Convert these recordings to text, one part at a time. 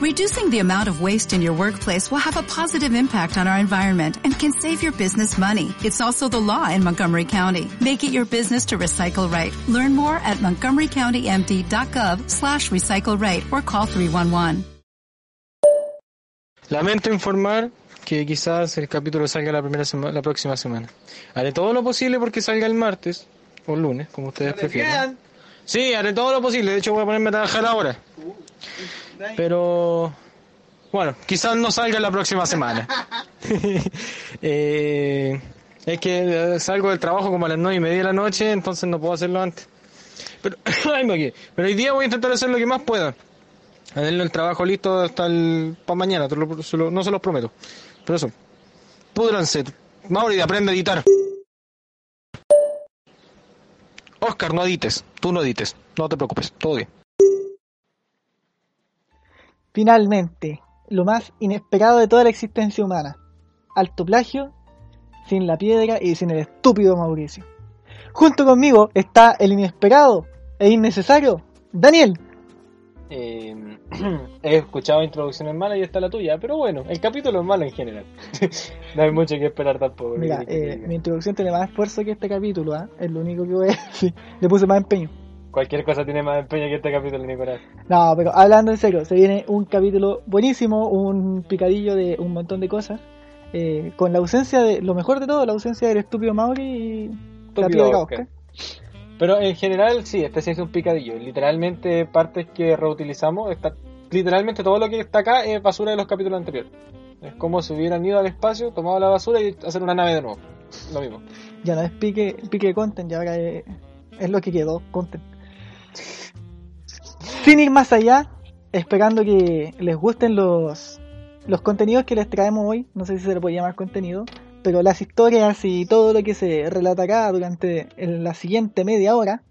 Reducing the amount of waste in your workplace will have a positive impact on our environment and can save your business money. It's also the law in Montgomery County. Make it your business to recycle right. Learn more at montgomerycountymd.gov slash recycle right or call 311. Lamento informar que quizás el capítulo salga la, primera sema- la próxima semana. Haré todo lo posible porque salga el martes o el lunes, como ustedes prefieran. Sí, haré todo lo posible. De hecho, voy a ponerme a trabajar ahora. Pero bueno, quizás no salga la próxima semana. Eh, es que eh, salgo del trabajo como a las nueve y media de la noche, entonces no puedo hacerlo antes. Pero, ay, me equivoqué. Pero hoy día voy a intentar hacer lo que más pueda. A tener el trabajo listo hasta el, para mañana, te lo- se lo- no se los prometo. Pero eso, pudranse. Mauri, aprende a editar. Oscar, no edites, tú no edites, no te preocupes, todo bien. Finalmente, lo más inesperado de toda la existencia humana. Alto plagio, sin la piedra y sin el estúpido Mauricio. Junto conmigo está el inesperado e innecesario, Daniel. Eh, he escuchado introducciones malas y esta es la tuya, pero bueno, el capítulo es malo en general. no hay mucho que esperar tampoco. ¿qué Mira, querés que te eh, diga? mi introducción tiene más esfuerzo que este capítulo, ¿ah? es lo único que voy a decir. Le puse más empeño. Cualquier cosa tiene más empeño que este capítulo, Nicolás. No, pero hablando en serio, se viene un capítulo buenísimo, un picadillo de un montón de cosas, eh, con la ausencia de, lo mejor de todo, la ausencia del estúpido Mauri y la Estúpido piedra Oscar. Oscar. Pero en general, sí, este se hizo un picadillo. Literalmente, partes que reutilizamos, está, literalmente todo lo que está acá es basura de los capítulos anteriores. Es como si hubieran ido al espacio, tomado la basura y hacer una nave de nuevo. Lo mismo. Ya no es pique, pique de content, ya ahora es, es lo que quedó, content. Sin ir más allá, esperando que les gusten los, los contenidos que les traemos hoy, no sé si se le puede llamar contenido, pero las historias y todo lo que se relata acá durante el- la siguiente media hora,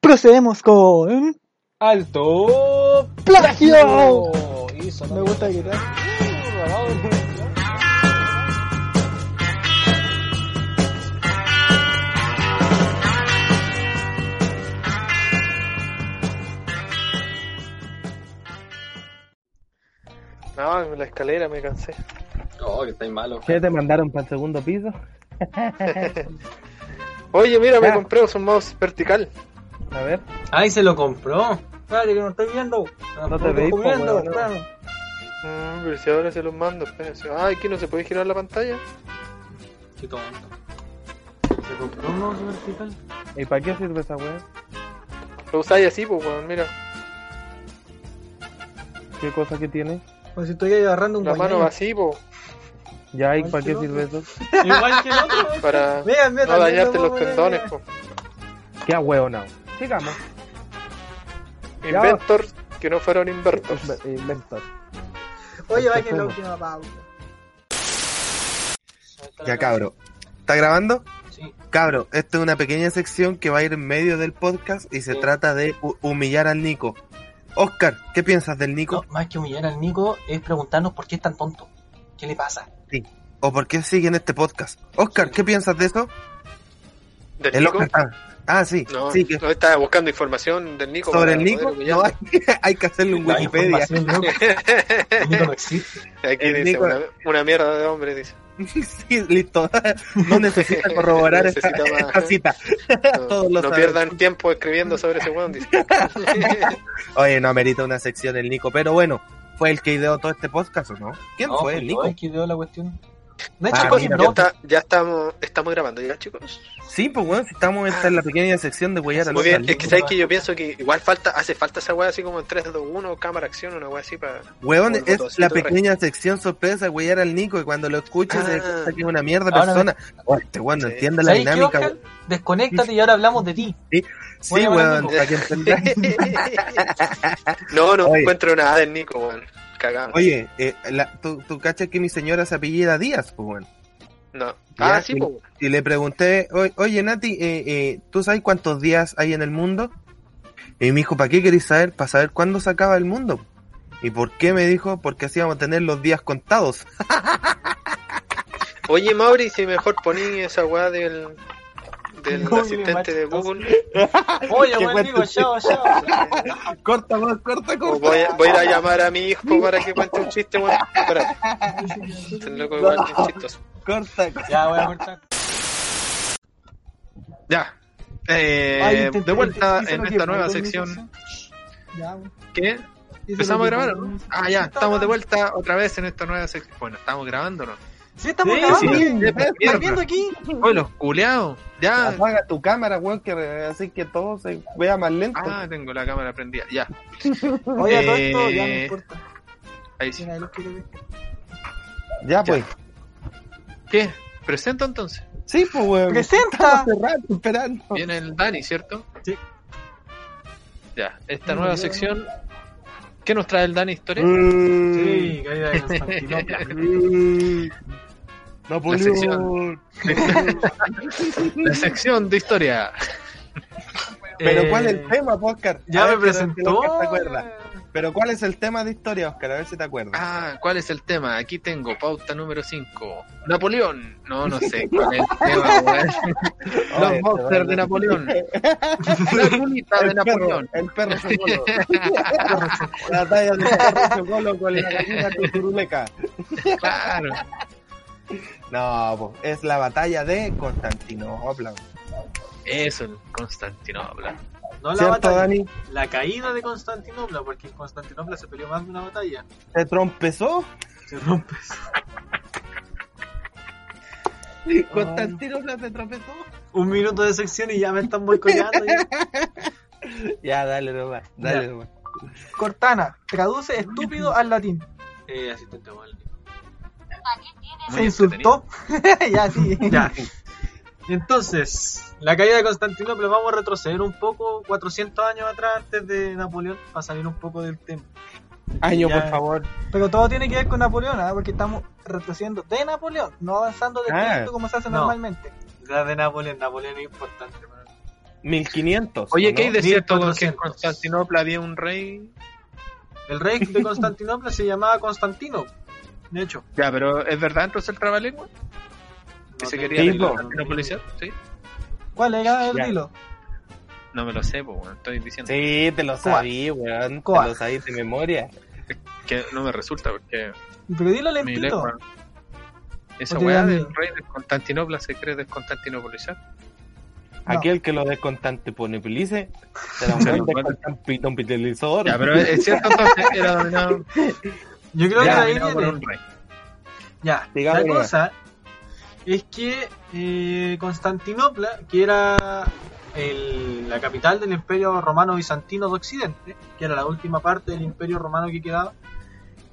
procedemos con... ¡Alto! ¡Plagio! Y sonó Me gusta gritar. No, en la escalera me cansé. Oh, que estáis malo. ¿Qué te mandaron para el segundo piso? Oye, mira, me Ya. compré un mouse vertical. A ver. ¡Ay, se lo compró! Espérate, que no estoy viendo. No te veis, po, weón, no. Mm, pero si ahora se los mando, espérense. Ay, que no se puede girar la pantalla. Qué tonto. ¿Se compró un mouse vertical? ¿Y para qué sirve esa weá? Lo usáis así, pues, weón, mira. ¿Qué cosa que tiene? Como si estuviera agarrando un La mano guañaño. va así, pues, ¿Ya? ¿Y Ay, para qué qué sirve eso? Igual que el otro. para Mira, mira, no también dañarte lo los vamos a ver, tendones, mira. pues. ¿Qué ahueonao? Sigamos. Inventors que no fueron invertors. Inve- Inventor. Oye, va que es la última pausa. Ya, cabro. ¿Está grabando? Sí. Cabro, esta es una pequeña sección que va a ir en medio del podcast y se Sí. trata de hu- humillar al Nico. Oscar, ¿qué piensas del Nico? No, más que humillar al Nico es preguntarnos por qué es tan tonto. ¿Qué le pasa? ¿O por qué sigue en este podcast? Oscar, ¿qué piensas de eso? ¿Del El Nico? Oscar está- Ah, sí. No, sí que no estaba buscando información del Nico. sobre para el Nico poder no humillarlo. hay, hay que hacerle un La Wikipedia. información, loco. El Nico no existe. Aquí el dice, Nico- una, una mierda de hombre, dice. sí, listo. No necesita corroborar esta, Necesita más. esta cita. No, Todos lo no saben. pierdan tiempo escribiendo sobre ese weón, dice. Oye, no amerita una sección el Nico, pero bueno, fue el que ideó todo este podcast, ¿o no? ¿Quién No, fue pues, yo el Nico? es que veo la cuestión. De hecho, Ah, pues, mira, ya, no, está- ya estamos, estamos grabando, ¿ya, chicos? Sí, pues bueno, si estamos esta en la pequeña sección de Guayar Muy bien, es que sabes que yo pienso que igual falta, hace falta esa weá así como en 3, 2, 1, cámara acción, una weá así para. Weón, Como el es botoncito la pequeña sección sorpresa, Guayar al Nico, y cuando lo escuches se da Ah. cuenta que es una mierda Ahora persona. Oye, este weón no Sí. entiende la ¿sabes qué, dinámica. Oscar? Desconéctate y ahora hablamos de ti. Sí, Voy a hablar weón, Nico. para que entiendas. no, no Oye. encuentro nada del Nico, weón. Cagamos. Oye, eh, la- tú, tú cachas que mi señora se apellida Díaz, pues bueno. No. Ya, Ah, sí, y- po, weón. Y le pregunté, "Oy- oye Nati, eh, eh, ¿tú sabes cuántos días hay en el mundo? Y me dijo, ¿para qué queréis saber? Para saber cuándo se acaba el mundo. ¿Y por qué? Me dijo, porque así vamos a tener los días contados. Oye, Mauri, si mejor poní esa weá del. del Google, asistente de macho. Google. Oye, Que buen cuente amigo, un yo, yo. Corta, weón, corta, O corta. Voy a, voy a ir a llamar a mi hijo para que cuente un chiste, weón. Espérate. Este loco igual es chistoso. Corta. Ya voy a cortar. Ya. Eh, Ay, intenté- de vuelta hice en lo que esta pude nueva con mi sección. cosa. Ya, bueno, hice ¿Qué? lo ¿Empezamos a que grabar? o pude. no? Ah, ya. Estamos de vuelta otra vez en esta nueva sección. Bueno, estamos grabando, ¿no? Sí, estamos Sí, grabando. sí, bien. sí, ¿Estás viendo aquí? Ah, Oye, los culeados. Ya. Apaga tu cámara, weón, que re- así que todo se vea más lento. Ah, tengo la cámara prendida. Ya. Oye, a todo esto ya no Eh, importa. Ahí sí. Mira, lo quiero ver. ya, pues. ¿Qué? ¿Presento entonces? Sí, pues, weón. Estamos ¡Presenta! hace rato esperando. Viene el Dani, ¿cierto? Sí. Ya. Esta nueva sección. ¿Qué nos trae el Dani Historia? Mm. Sí, caída de Constantinopla. Mm. Napoleón. sección. La sección de historia. Pero Eh, ¿cuál es el tema, pues, Oscar? A Ya ver me si- si presentó. Oscar te acuerdas. Pero ¿cuál es el tema de historia, Oscar? A ver si te acuerdas. Ah, ¿cuál es el tema? Aquí tengo pauta número 5. Napoleón. No, no sé cuál es el tema, weón. Oye, Los te boxers van de a- Napoleón. La culita de El perro, Napoleón. el perro chocolo. la talla del perro chocolo con la gallina tucuruleca. Claro. No, po, es la batalla de Constantinopla. Eso, el Constantinopla. No la ¿Cierto, batalla, Dani? la caída de Constantinopla, porque en Constantinopla se peleó más de una batalla. ¿Se trompezó? Se rompe. ¿Constantinopla se tropezó? Un minuto de sección y ya me están boicoteando. ya. Ya, dale nomás, dale Ya. nomás. Cortana, traduce estúpido al latín. Eh, asistente móvil. Se insultó. ya, sí. Ya. Entonces, la caída de Constantinopla, vamos a retroceder un poco, 400 años atrás, antes de Napoleón, para salir un poco del tema. Año, Ya. por favor. Pero todo tiene que ver con Napoleón, ¿ah? porque estamos retrocediendo de Napoleón, no avanzando del Ah. texto como se hace No. normalmente. La de Napoleón, Napoleón es importante. para mí. 1500. Oye, ¿o ¿qué hay no? de cierto que en 1400? Constantinopla había un rey? El rey de Constantinopla se llamaba Constantino, de hecho. Ya, pero ¿es verdad entonces el trabalengua? Que No se tengo quería Sí, ir idea. po. Constantinopolitano, ¿sí? ¿Cuál era el Ya. hilo? No me lo sé, pues, bueno, estoy diciendo. Sí, te lo sabí, weón. Coa. Te lo sabí de memoria. Que no me resulta porque Pero dilo mi lentito. lengua. Esa Porque weá ya- del rey de Constantinopla se cree desconstantinopolitano. Aquel que lo desconstantiponibilice será un Se lo buen pone. desconstantiponibilizador. Ya, pero es cierto entonces que era dominado, Yo creo era que ahí dominado por viene- un rey. Ya, Digamos la nomás. cosa es que eh, Constantinopla, que era el- la capital del Imperio Romano Bizantino de Occidente, que era la última parte del Imperio Romano que quedaba,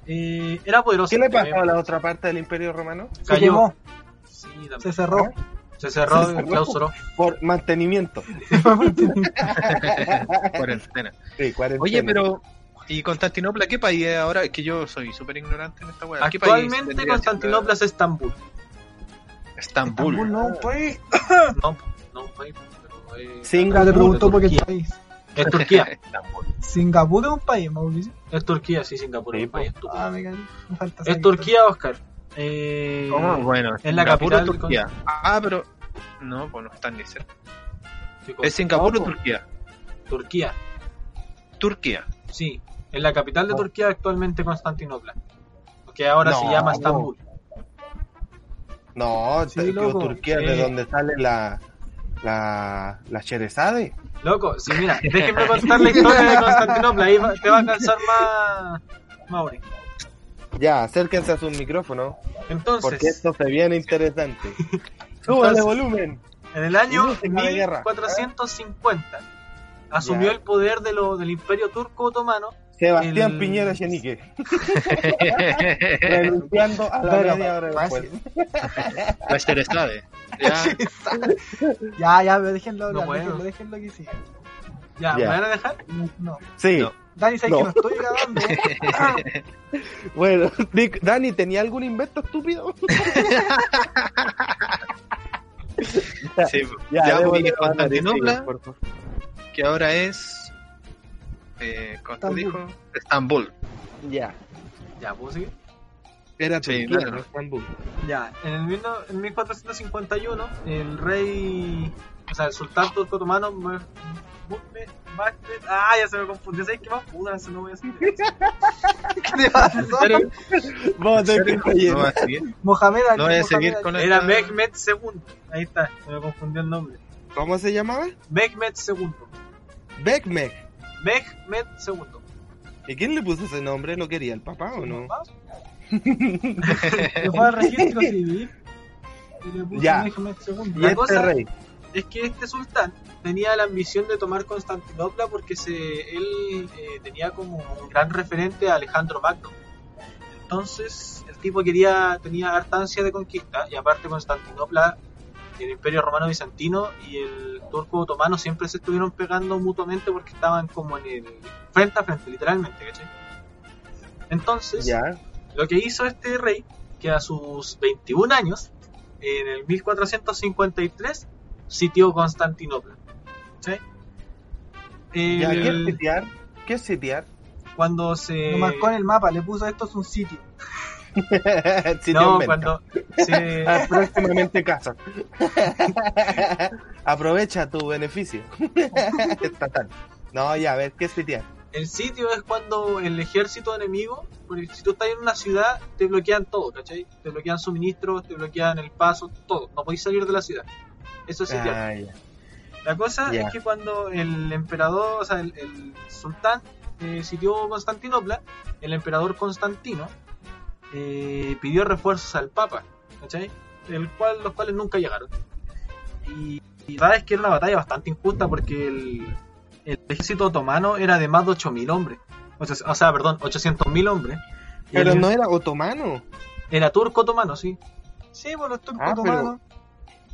eh, era poderosa. ¿Qué le también. pasó a la otra parte del Imperio Romano? Se Cayó. quemó, Sí, también. se cerró. Ah, Se cerró, Se cerró. clausuró. Por mantenimiento. Cuarentena. Sí, cuarentena. Oye, pero. ¿Y Constantinopla qué país es ahora? Es que yo soy súper ignorante en esta weá. ¿Qué país Actualmente vendría Constantinopla es Estambul. siendo- Estambul. Estambul no, pues. No, no, un país, pero eh, Nunca te Singapur. preguntó por qué Turquía. país. es Turquía. Singapur es un país, Mauricio. Es Turquía, sí, Singapur. Sí, un país estúpido. Ah, me caí. Me falta es saber. Turquía, Oscar. Eh, ¿Cómo? Ah, Bueno, es la Oh, Singapur o capital de Turquía. Ah, pero. No, pues no están ni cerca. ¿qué cosa? ¿Es Singapur o Ojo, Turquía? Turquía, Turquía. sí. Es la capital de Turquía actualmente Constantinopla. Que ahora se No, llama no. Estambul. No, Sí, te- loco. Turquía Sí. de donde sale la. La. La Sherezade. Loco, sí, mira, déjenme contar la historia de Constantinopla. Ahí va- te va a cansar más, Mauri. Ya, acérquense a su micrófono. Porque Entonces, esto se viene interesante. Súbale Entonces- volumen. en el año Música de guerra. 1450 asumió Ya. el poder de lo, del Imperio Turco Otomano Sebastián El- Piñera Chenique. renunciando a la Pero, media hora después. La Sherezade. Ya, Ya, ya, pero déjenlo No hablar, puedo. déjenlo, déjenlo que siga. Ya, ¿me Ya. van a dejar? No, No. Sí, No. Dani, sabes que No. no estoy grabando. bueno, Dick, Dani, ¿tenía algún invento estúpido? sí, ya, débole ubiqué la mano, Constantinopla, sigue, por favor. que ahora es. Eh, ¿Cómo te Estambul. dijo? Estambul. Ya, Ya, ¿puedo seguir? era Sí, Turquía, claro. no Estambul. Ya, en el mil no- en 1451 el rey O sea, el sultán turco otomano. Me, me- me- me- ah, ya se me confundió. ¿Sabes qué más? Puta, eso no voy a decir. ¿Qué pasó? Vamos a tener que No va a seguir, Mohamed Ali. no voy Mohamed a seguir Ali. con Era esta- Mehmet II. Ahí está, se me confundió el nombre. ¿Cómo se llamaba? Mehmet II. Beckmeck. Mehmet II. ¿Y quién le puso ese nombre? ¿Lo quería el papá o no? Le fue al registro civil y le puso Ya. Mehmet II. Y La este cosa rey. es que este sultán tenía la ambición de tomar Constantinopla porque se, él eh, tenía como un gran referente a Alejandro Magno. Entonces, el tipo quería, tenía harta ansia de conquista y aparte Constantinopla, el Imperio Romano Bizantino y el turco otomano siempre se estuvieron pegando mutuamente porque estaban como en el frente a frente, literalmente, ¿cachai? Entonces, Ya. lo que hizo este rey, que a sus 21 años, en el 1453, sitió Constantinopla. ¿Sí? El- ya. ¿Qué es sitiar? ¿Qué es sitiar? cuando se... Lo marcó en el mapa, le puso esto es un sitio. Sitio no, en venta. cuando se... Ah, Próximamente casa. Aprovecha tu beneficio. Estatal. No, ya, a ver, ¿qué es sitiar? El sitio es cuando el ejército enemigo, porque si tú estás en una ciudad, te bloquean todo, ¿cachai? Te bloquean suministros, te bloquean el paso, todo. No podéis salir de la ciudad. Eso es sitiar. Ah, ya. La cosa Ya. es que cuando el emperador, o sea, el, el sultán eh, sitió Constantinopla, el emperador Constantino eh, pidió refuerzos al papa, ¿cachai? El cual, los cuales nunca llegaron. Y, y la verdad es que era una batalla bastante injusta porque el, el ejército otomano era de más de 8.000 hombres. O sea, o sea, perdón, 800.000 hombres. Y Pero el- no era otomano. Era turco otomano, sí. Sí, pues, por los turcos Ah, pero- otomanos.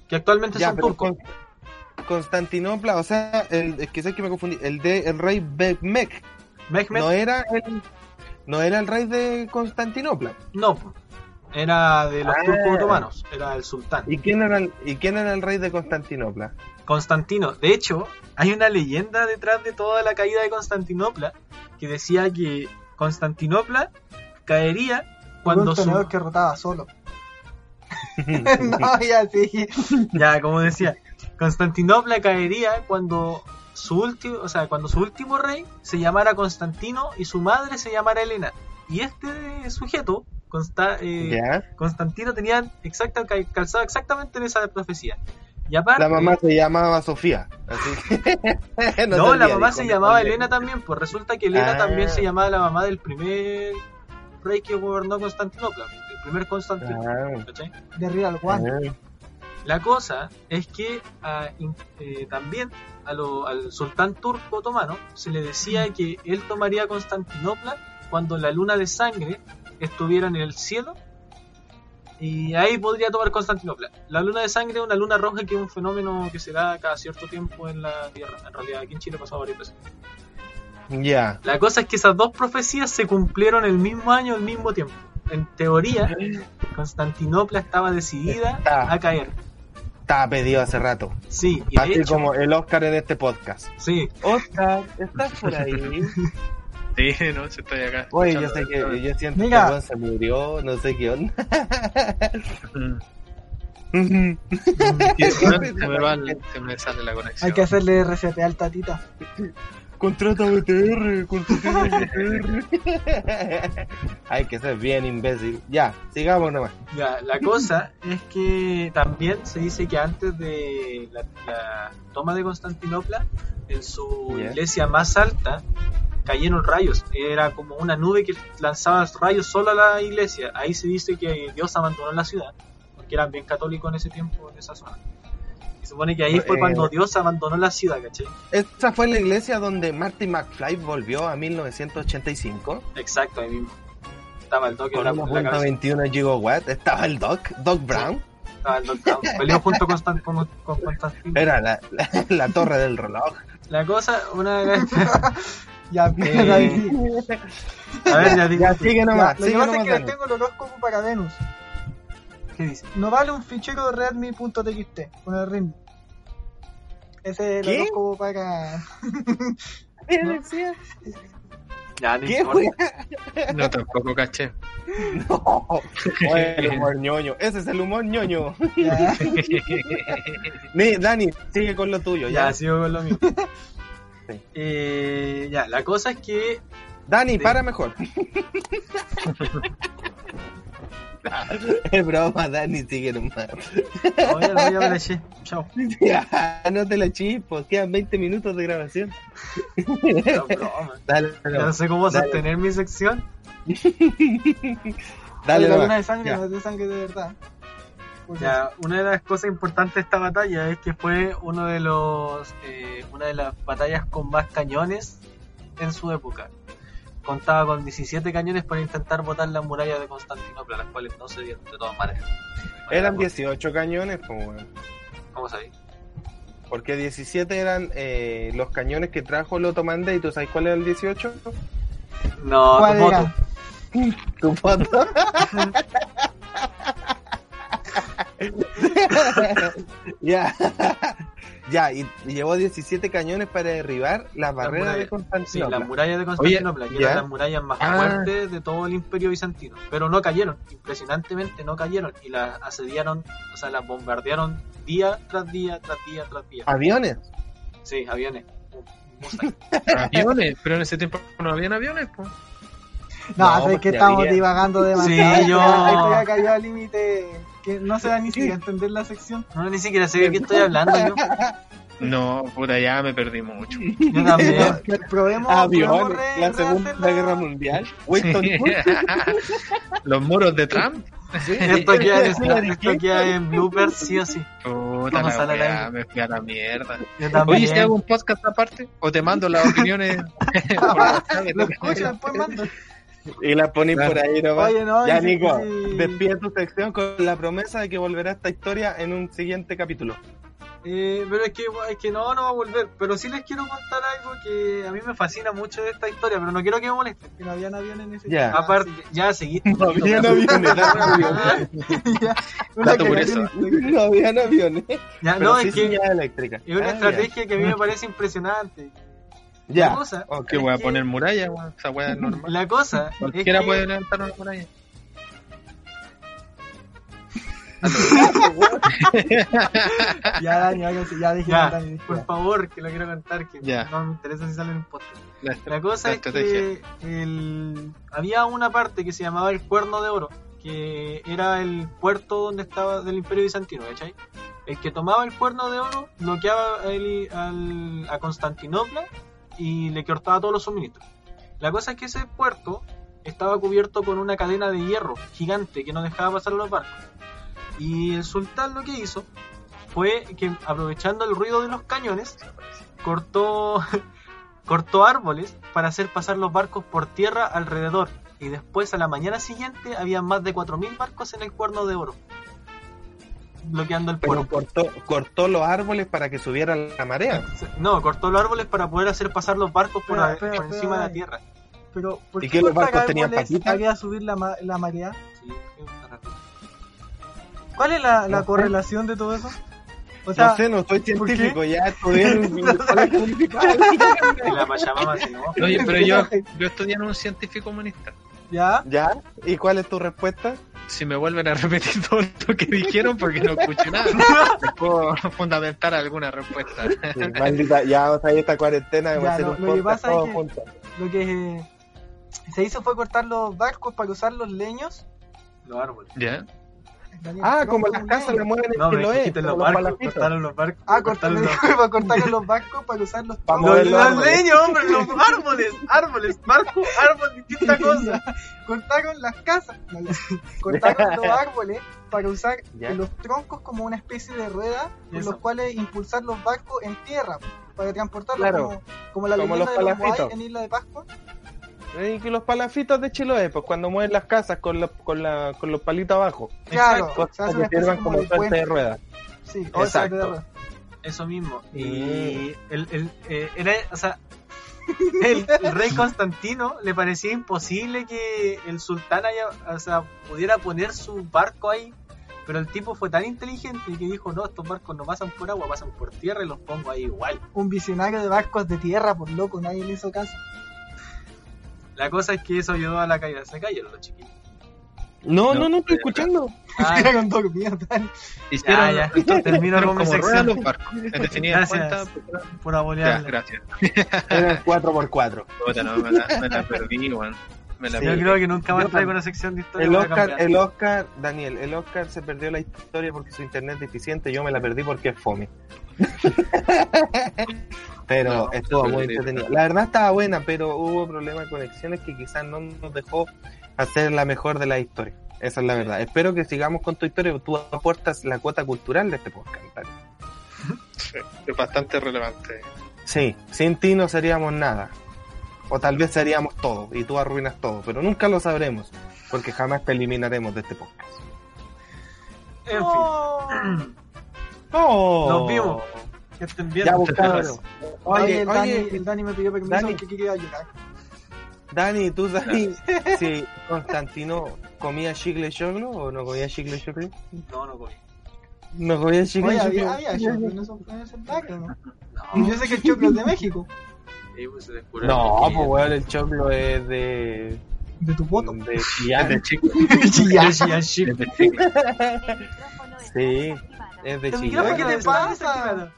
Que actualmente Ya, son pero turcos. Con- Constantinopla, o sea, el, es que sé que me confundí. El de el rey Bekmek Mehmet no era el, no era el rey de Constantinopla. no, po. era de los Ah. turcos otomanos, era el sultán. ¿Y quién era el, y quién era el rey de Constantinopla? Constantino. De hecho, hay una leyenda detrás de toda la caída de Constantinopla que decía que Constantinopla caería Cuando cuando un su... tenedor que rotaba solo. no, ya sí. Ya, como decía, Constantinopla caería cuando su último, o sea, cuando su último rey se llamara Constantino y su madre se llamara Elena. Y este sujeto, Consta- eh, Ya. Constantino, tenía exacta, cal- calzado exactamente en esa profecía. Y aparte, La mamá se llamaba Sofía. así que- No, te la olvides, mamá se con- llamaba con- Elena también, pues resulta que Elena Ah. también se llamaba la mamá del primer rey que gobernó Constantinopla, el primer Constantino. Ah, ¿cachai? De arriba al guante. ah. La cosa es que a- in- eh, también a lo- al sultán turco otomano se le decía que él tomaría Constantinopla cuando la luna de sangre estuviera en el cielo y ahí podría tomar Constantinopla. La luna de sangre es una luna roja que es un fenómeno que se da cada cierto tiempo en la Tierra. En realidad aquí en Chile ha pasado varias veces. Ya. La cosa es que esas dos profecías se cumplieron el mismo año, al mismo tiempo. En teoría, Constantinopla estaba decidida Está. a caer. Estaba pedido hace rato. Sí, y de Así hecho, como el Oscar en este podcast. sí, Oscar, ¿estás por ahí? Sí, no, si estoy acá. Oye, yo sé escuchando- que yo siento Mira. que Juan se murió, no sé qué onda. Mm. Ujú. Y después se me va el- se me sale la conexión. Hay que hacerle RCP al tatita. Contrata BTR, contrata BTR. Hay que ser bien imbécil. Ya, sigamos nomás. ya, la cosa es que también se dice que antes de la, la toma de Constantinopla, en su Ya. iglesia más alta, cayeron rayos. Era como una nube que lanzaba rayos solo a la iglesia. Ahí se dice que Dios abandonó la ciudad, porque eran bien católicos en ese tiempo, en esa zona. Y se supone que ahí fue Eh. cuando Dios abandonó la ciudad, ¿cachai? Esta fue la iglesia donde Marty McFly volvió a 1985 Exacto, ahí mismo. Estaba el Doc en con la, en la cabeza. 1.21 gigawatt. Estaba el Doc, Doc Brown. Estaba el Doc Brown. Peleó junto con, Stan- con- con Constantino. Era la, la- la torre del reloj. La cosa, una de las... Ya, mierda, ahí sí. A ver, ya digo. Eh, Ya, sigue Ya, nomás, lo que sigue pasa es nomás. que Dani. tengo el horóscopo para Venus. ¿Qué dice? No vale un fichero de readme.txt con el ritmo. Ese es el ¿Qué? horóscopo para. Ya, no ¿Qué, importa. güey? No, tampoco caché. No, Oye, el humor ñoño. Ese es el humor ñoño. Ni- Dani, sigue con lo tuyo. Ya, Ya. sigo con lo mismo. Sí. Eh, ya, la cosa es que Dani, Sí. para mejor. es broma, Dani, sigue nomás. Oye, lo voy a ver allí. Chao. Ya, no te la chispo, quedan 20 minutos de grabación. No, broma. Dale, Yo No dale, sé cómo Dale. sostener mi sección. dale. la nomás. luna de sangre, Ya. la luna de sangre de verdad. Pues, Ya, una de las cosas importantes de esta batalla es que fue uno de los, eh, una de las batallas con más cañones en su época. Contaba con 17 cañones para intentar botar las murallas de Constantinopla, las cuales no se dieron de todas maneras. Eran Bueno, 18 cañones, pues, weón. Vamos a ver. Porque 17 eran eh, los cañones que trajo el Otomandé y tú sabes cuál era el 18? No, ¿Cuál tu moto. era? Tu foto. ya. ya, y, y llevó 17 cañones para derribar la barrera muralla. de Sí, Constantinopla. las murallas de Constantinopla, que ya. eran las murallas más Ah. fuertes de todo el imperio bizantino, pero no cayeron, impresionantemente no cayeron, y las asediaron, o sea, las bombardearon día tras día, tras día, tras día. Aviones. Sí, aviones. Mustang. Aviones, pero en ese tiempo no habían aviones, pues. No, sé No, pues, que ya estamos había. divagando demasiado. Sí, yo- Ahí todavía cayó al límite que no se da ni siquiera a entender la sección. No, ni siquiera sé de qué estoy hablando yo. No, puta, ya me perdí mucho. Yo también. Que Probemos, probemos Aviones. re- Ah, La Segunda rehacerlo. Guerra Mundial. Winston Los muros de Trump. Esto queda en, esto queda en bloopers, sí o sí. Puta, Vamos la a la weá, larga. me fui a la mierda. Yo Oye, si hago también. un podcast aparte, o te mando las opiniones. por WhatsApp. Lo escucho, después mando. y la poní Claro. por ahí nomás. Oye, no, ya, sí, Nico, sí. despide tu sección con la promesa de que volverá esta historia en un siguiente capítulo. Eh, pero es que, es que no, no va a volver. Pero sí les quiero contar algo que a mí me fascina mucho de esta historia, pero no quiero que me moleste. Que no habían aviones en ese Ya. tiempo. Aparte, ya seguiste. No habían aviones, dame aviones. Una Dato que por no eso. tiene- No habían aviones. Ya, Pero no, sí es que señal eléctrica. es una Ah, estrategia que a mí me parece impresionante. Ya. La ya. cosa, Ok. Que voy a poner muralla, weón. Esa weá es normal. la cosa es Cualquiera que- puede levantar una muralla. Ya, Dani, hágase, ya dije. Ya, Dani, por ya. favor, que lo quiero contar, que Ya. no me interesa si sale en un podcast. La, La cosa la es que el- había una parte que se llamaba el Cuerno de Oro, que era el puerto donde estaba del Imperio Bizantino, ¿cachai? El que tomaba el Cuerno de Oro bloqueaba el- al- a Constantinopla y le cortaba todos los suministros. La cosa es que ese puerto estaba cubierto con una cadena de hierro gigante que no dejaba pasar a los barcos. Y el sultán lo que hizo fue que aprovechando el ruido de los cañones, cortó, cortó árboles para hacer pasar los barcos por tierra alrededor. Y después a la mañana siguiente había más de 4.000 barcos en el cuerno de oro, bloqueando el Pero puerto. cortó, cortó los árboles para que subiera la marea. No, cortó los árboles para poder hacer pasar los barcos por, Pero, a- pero, por pero, encima de la ay. tierra. Pero, ¿por ¿Y qué los corta barcos tenían árboles patitas? Había subir la, ma- la marea. Sí, es una rata. ¿Cuál es la, la No sé. correlación de todo eso? O sea, no sé, no soy ¿por qué? científico, ya estudié en un Y la Pachamama se enojó. Oye, pero yo, yo estudié en un científico comunista. ya. ¿Ya? ¿Y cuál es tu respuesta? Si me vuelven a repetir todo lo que dijeron porque no escuché nada, les puedo fundamentar alguna respuesta. Sí, maldita, ya vamos a ir a esta cuarentena, vamos Ya, a hacer no, un lo que podcast pasa es todos que- juntos. Lo que eh, se hizo fue cortar los barcos para usar los leños. Los árboles. ¿Ya? Daniel, Ah, corta como un las leño. casas le mueven el No, me Chiloé, quiten los como barcos, palafitos. cortaron los barcos. Ah, cortar, cortaron me los dijo que para cortar los barcos para usar los Para los, mover los los árboles. leños, hombre, los árboles, árboles, barco, árbol, distinta cosa. Cortaron las casas, no, ya. cortaron los árboles para usar Ya. los troncos como una especie de rueda con Eso. los cuales impulsar los barcos en tierra para transportarlos Claro. como, como la Como leyenda los de los Moai palafitos. en Isla de Pascua. Y que los palafitos de Chiloé, pues cuando mueven las casas con, los- con, la, con los palitos abajo. Claro, Cosas se hace una que especie sirvan como como de puente puente. de ruedas. Sí, o sea, Exacto. de rueda. Eso mismo. Mm. Y el, el, eh, era, o sea, el rey Constantino le parecía imposible que el sultán haya, o sea, pudiera poner su barco ahí. Pero el tipo fue tan inteligente que dijo, no, estos barcos no pasan por agua, pasan por tierra y los pongo ahí igual. un visionario de barcos de tierra, por loco, nadie le hizo caso. La cosa es que eso ayudó a la caída. Se cayeron los chiquillos. No, no, No, no, estoy escuchando. Ah, ya, con todo que mierda. Ya, Hicieron ya, esto termino con fueron mi como ruedas sección. los barcos. En definida cuenta, Gracias. Pura ya, boleada. gracias. Era el 4x4. Puta, no, me la, me la perdí, weón. Me la Yo perdí. creo que nunca más Yo traigo una sección de historia. El voy a Oscar, cambiar. el Oscar, Daniel, el Oscar se perdió la historia porque su internet es deficiente. Yo me la perdí porque es fome. pero No, estuvo no, muy no, entretenido. La verdad estaba buena, pero hubo problemas de conexiones que quizás no nos dejó hacer la mejor de la historia. Esa es la verdad. Espero que sigamos con tu historia. Tú aportas la cuota cultural de este podcast. Dani. Es bastante relevante. Sí, sin ti no seríamos nada. O tal vez seríamos todo y tú arruinas todo, pero nunca lo sabremos porque jamás te eliminaremos de este podcast. En fin. ¡Oh! Nos vimos. Que estén bien. Ya buscaron. Oye, Oye, el, Dani, oye. el Dani me pidió permiso Dani. porque quería llorar. Dani, ¿tú sabes si Constantino comía chicle choclo o no comía chicle choclo? No, no, voy. No comía chicle Oye, choclo. había, había choclo en esos- en esos tacos, ¿no? No, Yo sé que el choclo es de México, sí, pues, se descubrió No, que- pues weón, el choclo es de. de tu voto. de Es Chillán. de chico, Ya, ya, ya. es de chico. Sí, es de El micrófono Chillán. micrófono ¿Qué de te pasa?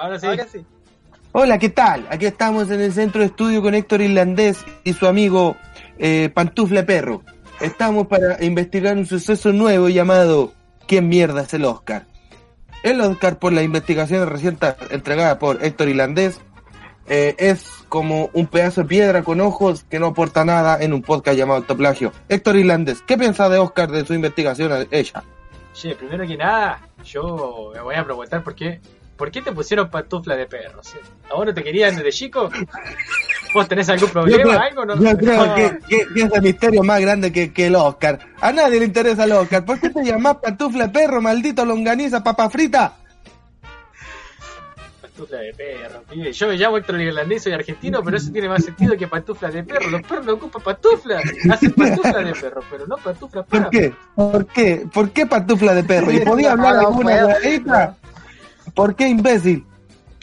Ahora sí. Ahora sí. Hola, ¿qué tal? Aquí estamos en el centro de estudio con Héctor Irlandés y su amigo eh, Pantufla Perro. Estamos para investigar un suceso nuevo llamado ¿Quién mierda es el Oscar? El Oscar por la investigación recién ta- entregada por Héctor Irlandés eh, es como un pedazo de piedra con ojos que no aporta nada en un podcast llamado Autoplagio. Héctor Irlandés, ¿qué piensa de Oscar de su investigación a ella? Che, primero que nada, yo me voy a preguntar por qué. ¿Por qué te pusieron pantufla de perro? sí? ¿A vos no te querían desde chico? ¿Vos tenés algún problema? creo- ¿Algo? No, Yo creo no. que, que- que es el misterio más grande que, que el Oscar. A nadie le interesa el Oscar. ¿Por qué te llamás pantufla perro, maldito longaniza, papa frita? Pantufla de perro, pibe. Yo me llamo Héctor Irlandés, soy argentino, pero eso tiene más sentido que pantufla de perro. Los perros no ocupan pantuflas. Hacen pantuflas de perro, pero no pantuflas para ¿Por qué? ¿Por qué? ¿Por qué pantufla de perro? ¿Y podía hablar No, no alguna puedo. huevadita? ¿Por qué imbécil?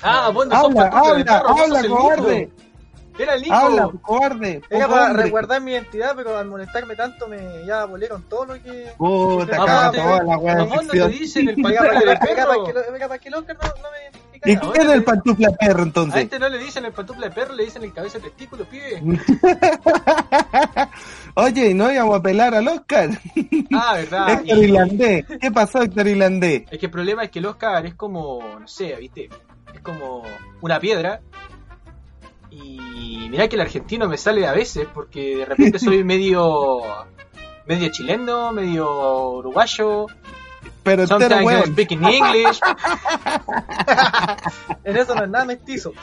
Ah, vos no sos Habla, pantufla de habla, perro, vos sos habla, el cobarde. Nico. Era el Nico. Habla, cobarde. Era poco para hombre. resguardar mi identidad, pero al molestarme tanto me ya volvieron todo lo que... Puta, Ah, acaba te- toda la Pero hueá vos no te ficción. dicen el Era para pantufla de era para que perro. lo- era para que el Oscar no, no me ¿Y identificara. qué es el pantufla perro A entonces? este no le dicen el pantufla de perro, le dicen el cabeza de testículo, pibe. Oye, ¿y no íbamos a apelar al Oscar? Ah, verdad. Héctor Y- Irlandés. ¿Qué pasó, Héctor Irlandés? Es que el problema es que el Oscar es como, no sé, viste, es como una piedra. Y mirá que el argentino me sale a veces porque de repente soy medio medio chileno, medio uruguayo. Pero entero, Sometimes hueón. I'm speaking English. En eso no es nada mestizo.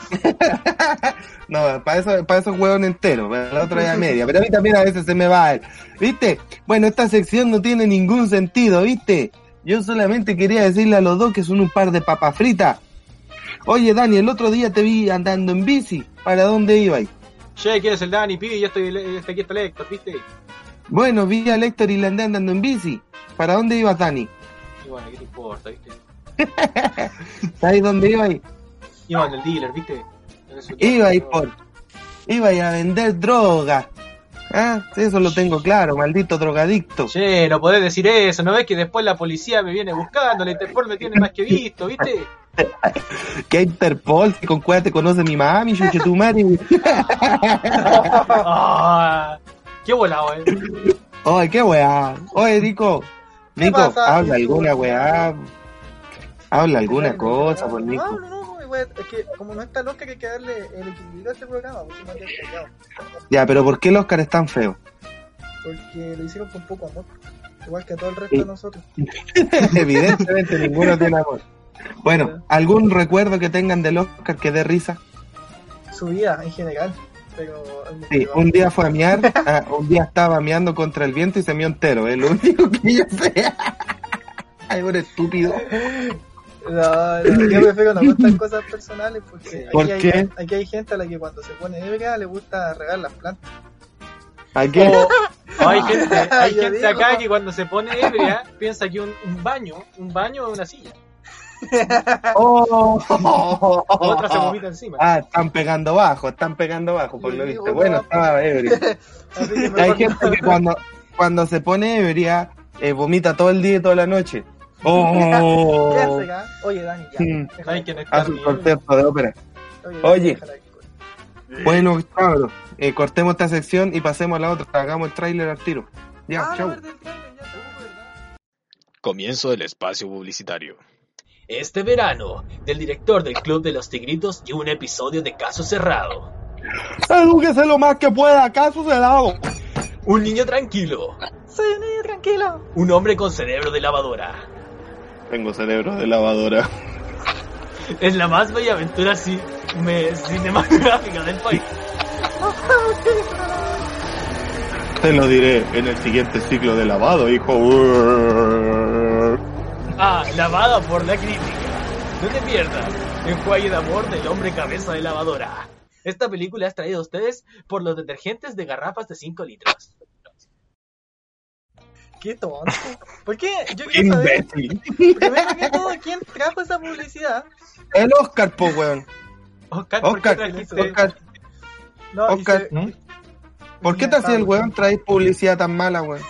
No, para eso, para esos huevón entero, para la otra ya media. Pero a mí también a veces se me va el, ¿viste? Bueno, esta sección no tiene ningún sentido, ¿viste? Yo solamente quería decirle a los dos que son un par de papas fritas. Oye, Dani, el otro día te vi andando en bici. ¿Para dónde ibas? Che, ¿quién es el Dani, pibe? Yo estoy, estoy aquí está el Héctor, viste. Bueno, vi a Héctor Irlandés andando en bici. ¿Para dónde ibas, Dani? Y bueno, ¿qué te importa, viste? ¿Sabes dónde ibas? Iba en el dealer, viste. En su- Iba a ir por. Iba a ir a vender droga. Ah, eso lo tengo claro, maldito drogadicto. Che, no podés decir eso, ¿no ves que después la policía me viene buscando? La Interpol me tiene más que visto, viste. ¿Qué Interpol? Si con cuál te conoce mi mami, chuche tu madre. Ah, qué volado, eh. Oye, qué weá. Oye, Nico. ¿Qué Nico, pasa, habla Nico? alguna weá. Habla alguna cosa, por No, Nico. no, no, güey, güey, es que como no está loca que hay que darle el equilibrio a este programa, pues, si no, ya está callado. Ya, pero ¿por qué el Oscar es tan feo? porque lo hicieron con poco amor, igual que a todo el resto de nosotros. Evidentemente, ninguno tiene amor. Bueno, ¿algún recuerdo que tengan del Oscar que dé risa? Su vida en general, pero... Sí, un día fue a mear, ah, un día estaba meando contra el viento y se meó entero, es lo único que yo sé. Ay, un estúpido. No, no, yo prefiero no contar cosas personales porque aquí, ¿Por hay, qué? aquí hay gente a la que cuando se pone ebria le gusta regar las plantas. Aquí, O hay gente, hay Yo gente digo. acá que cuando se pone ebria piensa que un, un baño, un baño es una silla. Otra se vomita encima. Ah, están pegando bajo, están pegando bajo, por lo Sí, visto. bueno. Bueno, estaba ebrio. Así que Hay mejor gente que cuando, cuando se pone ebria, eh, vomita todo el día y toda la noche. ¿Qué Oh, hace acá? Oye, Dani, ya. Mm. no hay que Ah, nectar hace un miel. concierto de ópera. Oye, Oye. déjala ahí. Bueno, cabros, eh, cortemos esta sección y pasemos a la otra. Hagamos el tráiler al tiro. Ya, Ah, chau. no, verdad, el trailer, ya, uh, verdad. Comienzo del espacio publicitario. Este verano, del director del Club de los Tigritos y un episodio de Caso Cerrado. Edúquese lo más que pueda, acaso se la hago. Un niño tranquilo. Soy un niño tranquilo. Un hombre con cerebro de lavadora. Tengo cerebro de lavadora. Es la más bella aventura ci- me- cinematográfica del país. Te lo diré en el siguiente ciclo de lavado, hijo. Ah, lavada por la crítica. No te pierdas. Enjuague de amor del hombre cabeza de lavadora. Esta película es traída a ustedes por los detergentes de garrafas de 5 litros. Qué tonto. ¿Por qué? Yo quiero saber, Imbécil. primero que todo, quién trajo esa publicidad. El Oscar, po, weón. Oscar, ¿por qué Oscar, trajiste? Oscar, No, y Oscar. se- ¿Por qué te hacía el weón traer publicidad tan mala, weón?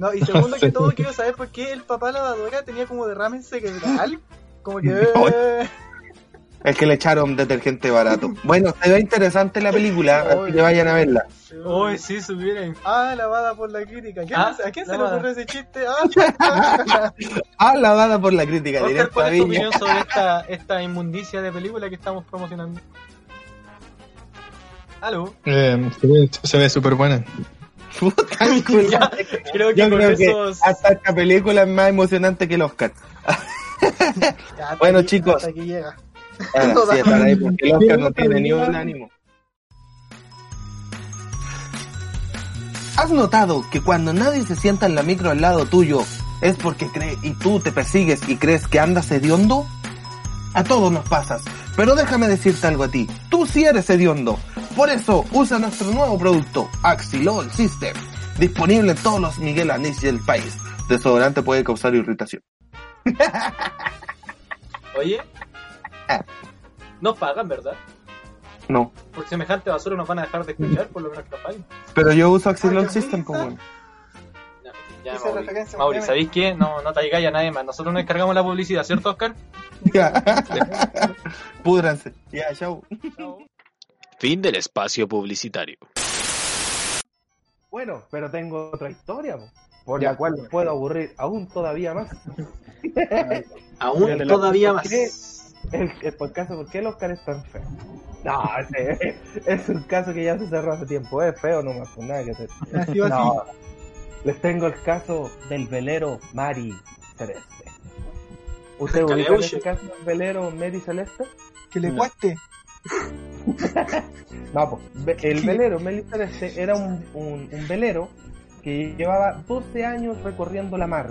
No, y segundo que todo, quiero saber por qué el papá lavadora tenía como derrame cerebral. Como que. eh, Es que le echaron detergente barato. Bueno, se ve interesante la película, así que vayan a verla. Uy, sí, subiera. en- Ah, lavada por la crítica. ¿Quién- Ah, ¿A quién se lavada. le ocurrió ese chiste? Ah, Alabada por la crítica, Oscar, directo a ¿cuál es tu Viña. opinión sobre esta, esta inmundicia de película que estamos promocionando? ¿Aló? Eh, se ve- se ve súper buena. Puta, culo. Creo que Yo con creo que esos... hasta esta película es más emocionante que el Oscar. ya, hasta Bueno, aquí- chicos. Hasta aquí llega. Ahora, Ah, sí, estará ahí, porque el Oscar no tiene ni un ánimo. ¿Has notado que cuando nadie se sienta en la micro al lado tuyo es porque cree y tú te persigues y crees que andas hediondo? A todos nos pasas, pero déjame decirte algo a ti, tú sí eres hediondo. Por eso usa nuestro nuevo producto, Axilol System, disponible en todos los Miguel Anís del país. Desodorante puede causar irritación. Oye. Ah. Nos pagan, ¿verdad? No, Por semejante basura nos van a dejar de escuchar, por lo menos que nos paguen. pero yo uso Ay, Axilol qué System, pues risa. bueno. Ya, ya, Hice Mauri, referencia a un Mauri meme. ¿sabéis qué? No, no te digáis a nadie más. Nosotros nos encargamos la publicidad, ¿cierto, Oscar? Ya. Púdranse. Ya, chau. Fin del espacio publicitario. Bueno, pero tengo otra historia, po, por la cual los puedo aburrir aún todavía más. Aún Pero la- todavía ¿por más. qué El, el podcast, ¿por qué el Oscar es tan feo? No, ese- es un caso que ya se cerró hace tiempo, es feo nomás, pues nada que hacer. Nació así. No, les tengo el caso del velero Mari Celeste. ¿Usted ubica Caleuche. ese caso del velero Mary Celeste? Que Mm. le cueste. No, pues, ve- el velero Mary Celeste era un, un- un velero que llevaba 12 años recorriendo la mar.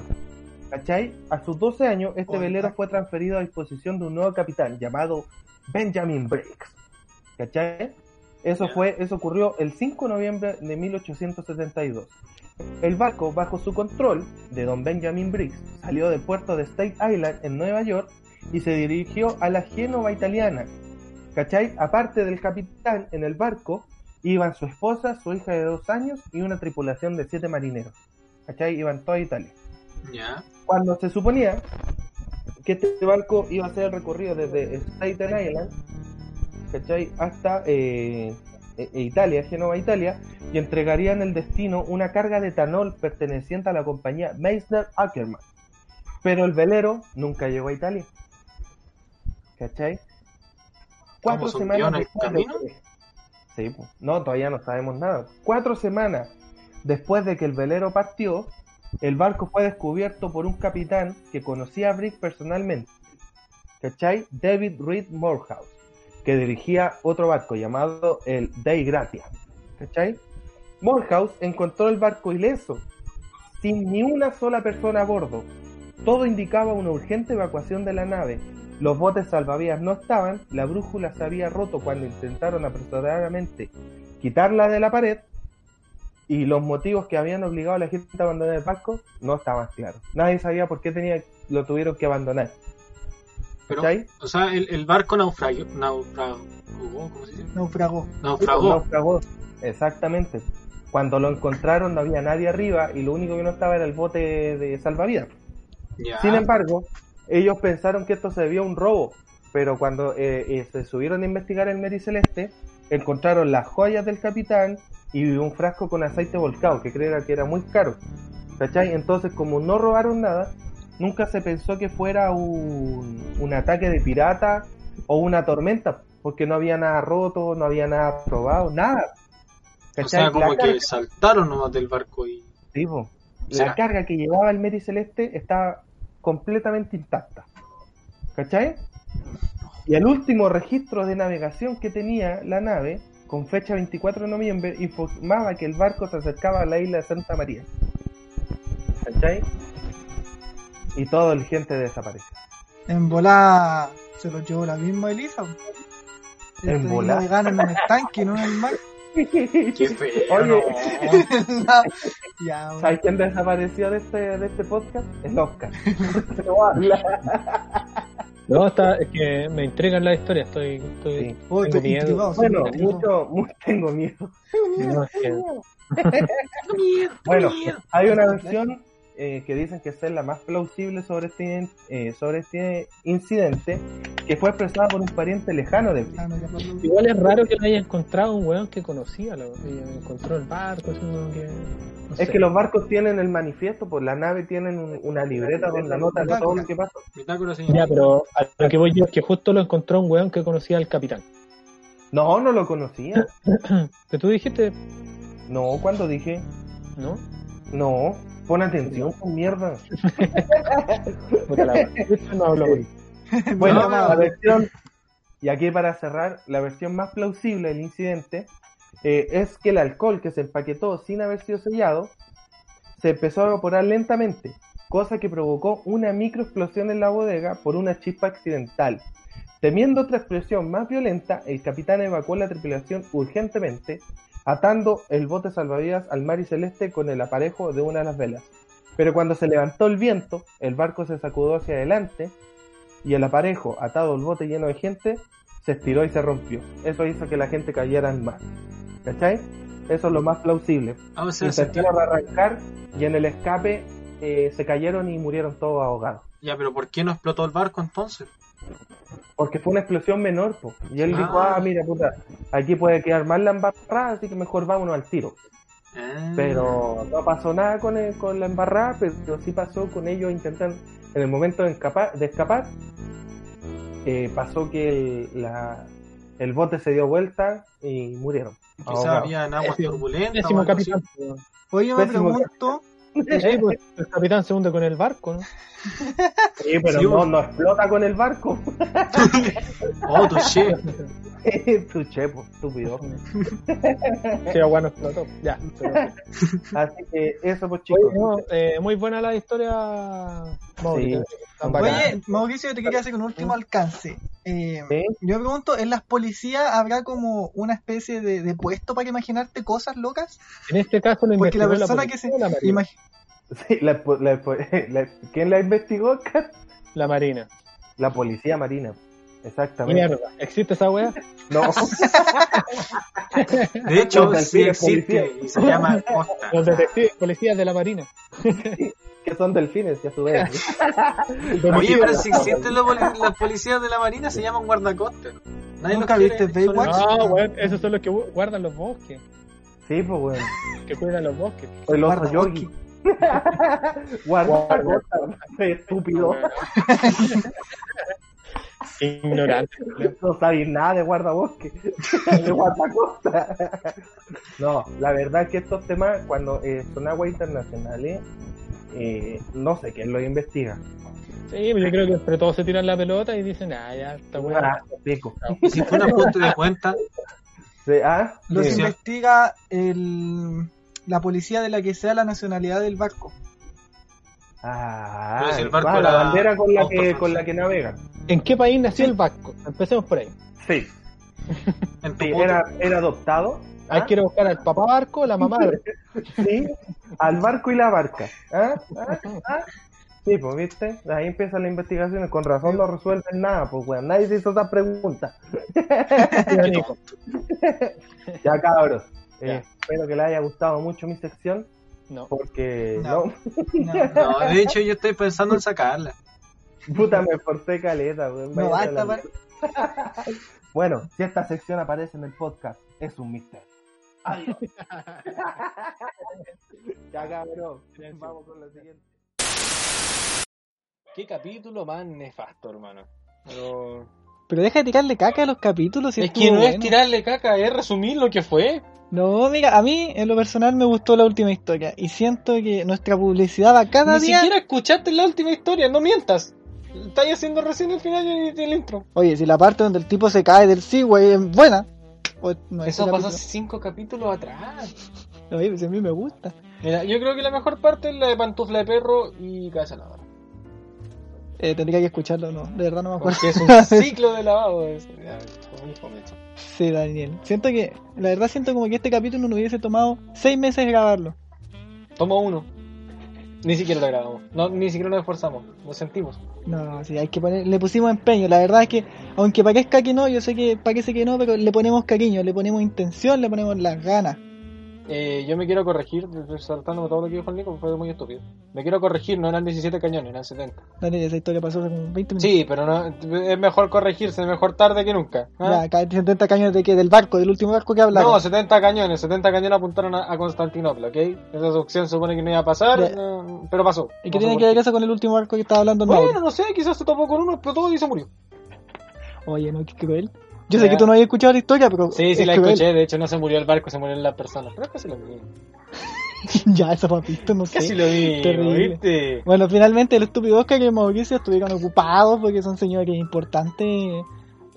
¿Cachai? A sus 12 años, este Oiga. velero fue transferido a disposición de un nuevo capitán llamado Benjamin Briggs. ¿Cachai? Eso Ya. fue, eso ocurrió el 5 de noviembre de 1872. El barco, bajo su control de don Benjamin Briggs, salió del puerto de State Island en Nueva York y se dirigió a la Génova italiana. ¿Cachai? Aparte del capitán en el barco, iban su esposa, su hija de dos años y una tripulación de siete marineros. ¿Cachai? Iban toda Italia. Ya. Cuando se suponía que este barco iba a hacer el recorrido desde Staten Island, ¿cachai? Hasta eh, e- e Italia, Génova, Italia, y entregarían el destino una carga de etanol perteneciente a la compañía Meissner Ackerman. Pero el velero nunca llegó a Italia. ¿Cachai? Cuatro ¿Cómo, semanas surgió en el después de- Sí, po. no, todavía no sabemos nada. Cuatro semanas después de que el velero partió, el barco fue descubierto por un capitán que conocía a Brick personalmente. ¿Cachai? David Reed Morehouse, que dirigía otro barco llamado el Dei Gratia. ¿Cachai? Morehouse encontró el barco ileso, sin ni una sola persona a bordo. Todo indicaba una urgente evacuación de la nave. Los botes salvavidas no estaban, la brújula se había roto cuando intentaron apresuradamente quitarla de la pared y los motivos que habían obligado a la gente a abandonar el barco no estaban claros. Nadie sabía por qué tenía, lo tuvieron que abandonar. Pero, ¿Cachai? o sea, el, el barco naufragó, naufragó, ¿cómo se dice? Naufragó. Naufragó. Naufragó. Exactamente. Cuando lo encontraron no había nadie arriba y lo único que no estaba era el bote de salvavidas. Ya. Sin em- embargo, ellos pensaron que esto se debía a un robo, pero cuando eh, eh, se subieron a investigar el Meri Celeste, encontraron las joyas del capitán y un frasco con aceite volcado, que creía que era muy caro. ¿Cachai? Entonces, como no robaron nada, nunca se pensó que fuera un, un ataque de pirata o una tormenta, porque no había nada roto, no había nada robado, nada. o sea, La como carga- que saltaron nomás del barco y... Sí, po. O sea- la carga que llevaba el Meri Celeste estaba completamente intacta. ¿Cachai? Y el último registro de navegación que tenía la nave, con fecha 24 de noviembre, informaba que el barco se acercaba a la isla de Santa María. ¿Cachai? Y todo el gente desapareció. En volá se lo llevó la misma Elisa. En Este, volá. navegaban en un estanque, no en el mar. ¡Qué feo! Oye, no. No. ya, bueno. ¿Sabes quién desapareció de este, de este podcast? El Oscar. No habla. No, está, es que me intrigan las historias, estoy... estoy... Sí. Oh, estoy miedo. intrigado, soy Bueno, intrigado. mucho, mucho tengo miedo. no, es que- Bueno, hay una versión eh, que dicen que esa es la más plausible sobre este, eh, sobre este incidente, que fue expresada por un pariente lejano de Ah, no, ya, perdón. Igual es raro que no haya encontrado un weón que conocía, la weón. encontró el barco, así como que... no Es sé. que los barcos tienen el manifiesto, por la nave tienen un- una libreta donde anotan todo lo que pasa. Bitácora, señor. Ya, pero a lo que voy yo es que justo lo encontró un weón que conocía al capitán. No, no lo conocía. Que tú dijiste, No, cuando dije, ¿no? no, pon atención, con mierda. Puta la weá. Esto no hablo hoy. Bueno, No, Eh, la versión, y aquí para cerrar, la versión más plausible del incidente eh, es que el alcohol que se empaquetó sin haber sido sellado se empezó a evaporar lentamente, cosa que provocó una microexplosión en la bodega por una chispa accidental. Temiendo otra explosión más violenta, el capitán evacuó la tripulación urgentemente, atando el bote salvavidas al mar y celeste con el aparejo de una de las velas. Pero cuando se levantó el viento, el barco se sacudió hacia adelante y el aparejo, atado al bote lleno de gente, se estiró y se rompió. Eso hizo que la gente cayera en mar. ¿Cachai? Eso es lo más plausible. Ah, o sea, se- Intentaron arrancar y en el escape eh, se cayeron y murieron todos ahogados. ya, pero ¿por qué no explotó el barco entonces? Porque fue una explosión menor, po. Y él Ah. dijo, ah, mira, puta, aquí puede quedar más la embarrada, así que mejor vámonos al tiro. Ah. Pero no pasó nada con, el- con la embarrada, pero, sí pasó con ellos intentando, en el momento de, escapa- de escapar, eh, pasó que el, la- el bote se dio vuelta y murieron. Quizás ahogados. había en aguas Pésimo- turbulentas. o Décimo algo así. capitán. weón. Hoy yo me Pésimo. pregunto, Sí, pues, el capitán se hunde con el barco, ¿no? Sí, pero Sí, no, vos- no explota con el barco. Oh, touché. tu chepo, pues, estúpido. Sí, la weá no explotó. Ya. pero- Así que eso, pues chicos. Oye, no, eh, muy buena la historia. Mauricio. Tan bacán. oye, Mauricio, yo te quería hacer un último alcance. Eh, Sí. Yo me pregunto, ¿en las policías habrá como una especie de, de puesto para imaginarte cosas locas? En este caso lo Porque la investigó persona que policía se o la marina. imagina... Sí, la, la- la- ¿Quién la investigó? Kat? La marina. La policía marina. Exactamente. Mierda. ¿Existe esa weá? No, De hecho, Los sí delfines, existe policía. y se llama Costa. Los detectives, policías de la marina. que son delfines, ya tú ves. Oye, pero si existen los poli- las policías de la Marina, se llaman guardacostas. Nadie ¿Nunca los quiere, viste son- Baywatch? No, weón, esos son los que bu- guardan los bosques. Sí, pues bueno. Que cuidan los bosques. El oso Guarda yogi. Guarda, guarda, estúpido. Ignorante. No sabéis nada de guardabosque, de guardacosta. No, la verdad es que estos temas, cuando eh, son aguas internacionales, eh, no sé quién los investiga. Sí, pero yo creo que entre todos se tiran la pelota y dicen, ah, ya, esta Ah, weá. pico. Y si fuera ajuste de cuenta, Sí, ah, Los sí. investiga el, la policía de la que sea la nacionalidad del barco. Ah, Pero si el barco va, la era bandera con la que autofinanciado. con la que navegan. ¿En qué país nació el Vasco? Empecemos por ahí. Sí, en tu sí, puta. era, era adoptado ¿Ah? Ah, Hay que ir a buscar al papá barco, la mamá barco. Sí, al barco y la barca. ¿Ah? ¿Ah? ¿Ah? Sí, pues viste, ahí empiezan las investigaciones, con razón no resuelven nada, pues weón, nadie se hizo esa pregunta. ya cabros, eh, Ya. espero que les haya gustado mucho mi sección, No. porque No. no, No, de hecho yo estoy pensando en sacarla. puta me esforcé caleta, weón. No, váyanse a la basta, mierda. Bueno, si esta sección aparece en el podcast, es un misterio. Adiós. ya cabrón, vamos con la siguiente. Qué capítulo más nefasto, hermano. Pero... Pero deja de tirarle caca a los capítulos. si Es estuvo que no es bueno. tirarle caca, es resumir lo que fue. No, mira, a mí en lo personal me gustó la última historia y siento que nuestra publicidad va cada Ni día. siquiera escuchaste la última historia, no mientas. Estáis haciendo recién el final y y el intro. Oye, si la parte donde el tipo se cae del Seaway es buena. o- no, Eso ese pasó capítulo- hace cinco capítulos atrás. Oye, pues a mí me gusta. Mira, yo creo que la mejor parte es la de pantufla de perro y cabeza lavada. Eh, tendría que escucharlo, no, de verdad no me acuerdo. Porque es un ciclo de lavado. eso. Ya, como hijo mío. Sí, Daniel. Siento que, la verdad siento como que este capítulo nos hubiese tomado seis meses grabarlo. Toma uno. Ni siquiera lo grabamos. No, ni siquiera nos esforzamos. Lo sentimos. No, sí, hay que poner, le pusimos empeño. La verdad es que, aunque parezca que no, yo sé que parece que no, pero le ponemos cariño, le ponemos intención, le ponemos las ganas. Eh, yo me quiero corregir, saltándome todo lo que dijo el Nico, fue muy estúpido. Me quiero corregir, no eran 17 cañones, eran 70. Daniel, esa historia pasó hace como 20 minutos. Sí, pero no, es mejor corregirse, mejor tarde que nunca. ¿ah? Ya, acá hay 70 caños de que del barco, del último barco que hablaron. No, 70 cañones, 70 cañones apuntaron a, a Constantinopla, ¿ok? Esa opción supone que no iba a pasar, Ya. no, pero pasó. ¿Y No qué sé tiene por que ver eso con el último barco que estaba hablando el Mauro? Bueno, no sé, quizás se topó con uno, explotó y se murió. Oye, no, qué cruel. Yo sé Ya. que tú no habías escuchado la historia, pero. Sí, sí, es la cruel. escuché, de hecho no se murió el barco, se murió la persona. Pero es casi lo mismo. ya, esa papita, no sé. Casi lo mismo, terrible. ¿viste? Bueno, finalmente el estúpido Oscar y el Mauricio estuvieron ocupados porque son señores importantes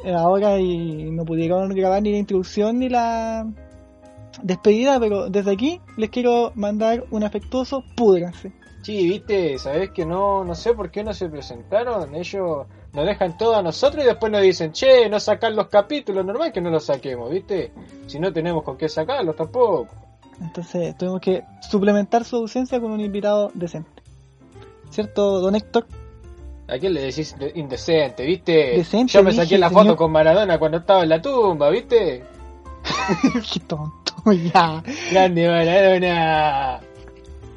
eh, ahora y no pudieron grabar ni la introducción ni la despedida, pero desde aquí les quiero mandar un afectuoso pudranse. Sí, viste, sabes que no, no sé por qué no se presentaron. Ellos nos dejan todo a nosotros y después nos dicen, che, no sacan los capítulos, normal que no los saquemos, viste. Si no tenemos con qué sacarlos tampoco. Entonces tuvimos que suplementar su ausencia con un invitado decente. ¿Cierto, don Héctor? ¿A quién le decís de- indecente, viste? Decente, Yo me dije, saqué la señor. foto con Maradona cuando estaba en la tumba, viste. Qué tonto, ya. Grande Maradona.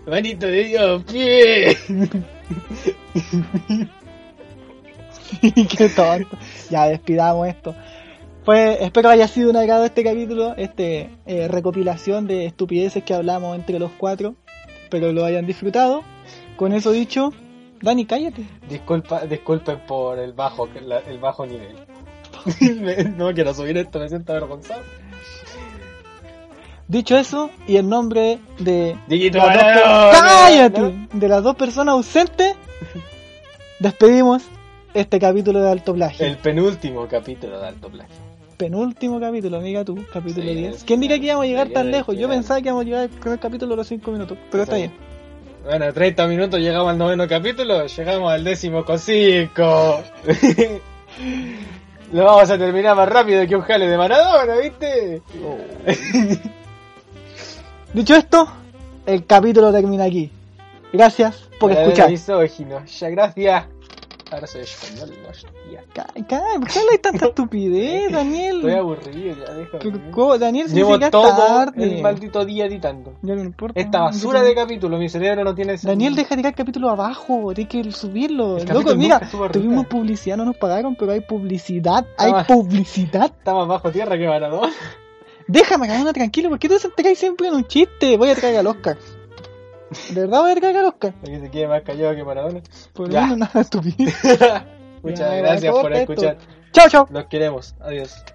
Manito de Dios, pie. Qué tonto. Ya despidamos esto. Pues espero haya sido un agrado este capítulo, este eh, recopilación de estupideces que hablamos entre los cuatro. Espero lo hayan disfrutado. Con eso dicho, Dani, cállate. Disculpa, disculpen por el bajo, la- el bajo nivel. Me- no quiero subir esto, me siento avergonzado. Dicho eso, y en nombre de. Dieguito las dos per- Maradona, ¡Cállate! ¿no? De las dos personas ausentes, despedimos este capítulo de Alto Plagio. El penúltimo capítulo de Alto Plagio. penúltimo capítulo, amiga tú, capítulo Sí, 10. es ¿Quién diga final, que íbamos a llegar sí, tan es lejos? Yo final. pensaba que íbamos a llegar con el capítulo a los 5 minutos, pero está Sí. bien. Bueno, 30 minutos llegamos al noveno capítulo, llegamos al décimo con cinco. Lo vamos a terminar más rápido que un jale de Maradona, ¿viste? Dicho esto, el capítulo termina aquí. Gracias por Maradona escuchar. misógino. Ya, gracias. Ahora soy español, hostia. Ca- ca- ¿Por qué hablas tanta estupidez, Estoy Daniel? aburrido, ya Pero, déjame. co- Daniel, si Llevo llegas todo el tarde. maldito día editando. Ya no importa. Esta basura de capítulo, mi cerebro no tiene sentido. Daniel, deja de tirar el capítulo abajo, tienes que subirlo. El Loco, capítulo mira, nunca estuvo arriba. tuvimos publicidad, no nos pagaron, pero hay publicidad, hay Ah. publicidad. Está más bajo tierra que Maradona. Déjame Maradona tranquilo, ¿por qué te caes siempre en un chiste? Voy a traer al Oscar. De verdad voy a traer al Oscar. Aquí se quede más callado que Maradona. Por Ya. menos nada estúpido. Muchas Ya, gracias por corta esto. escuchar. Chao, chao. Los queremos. Adiós.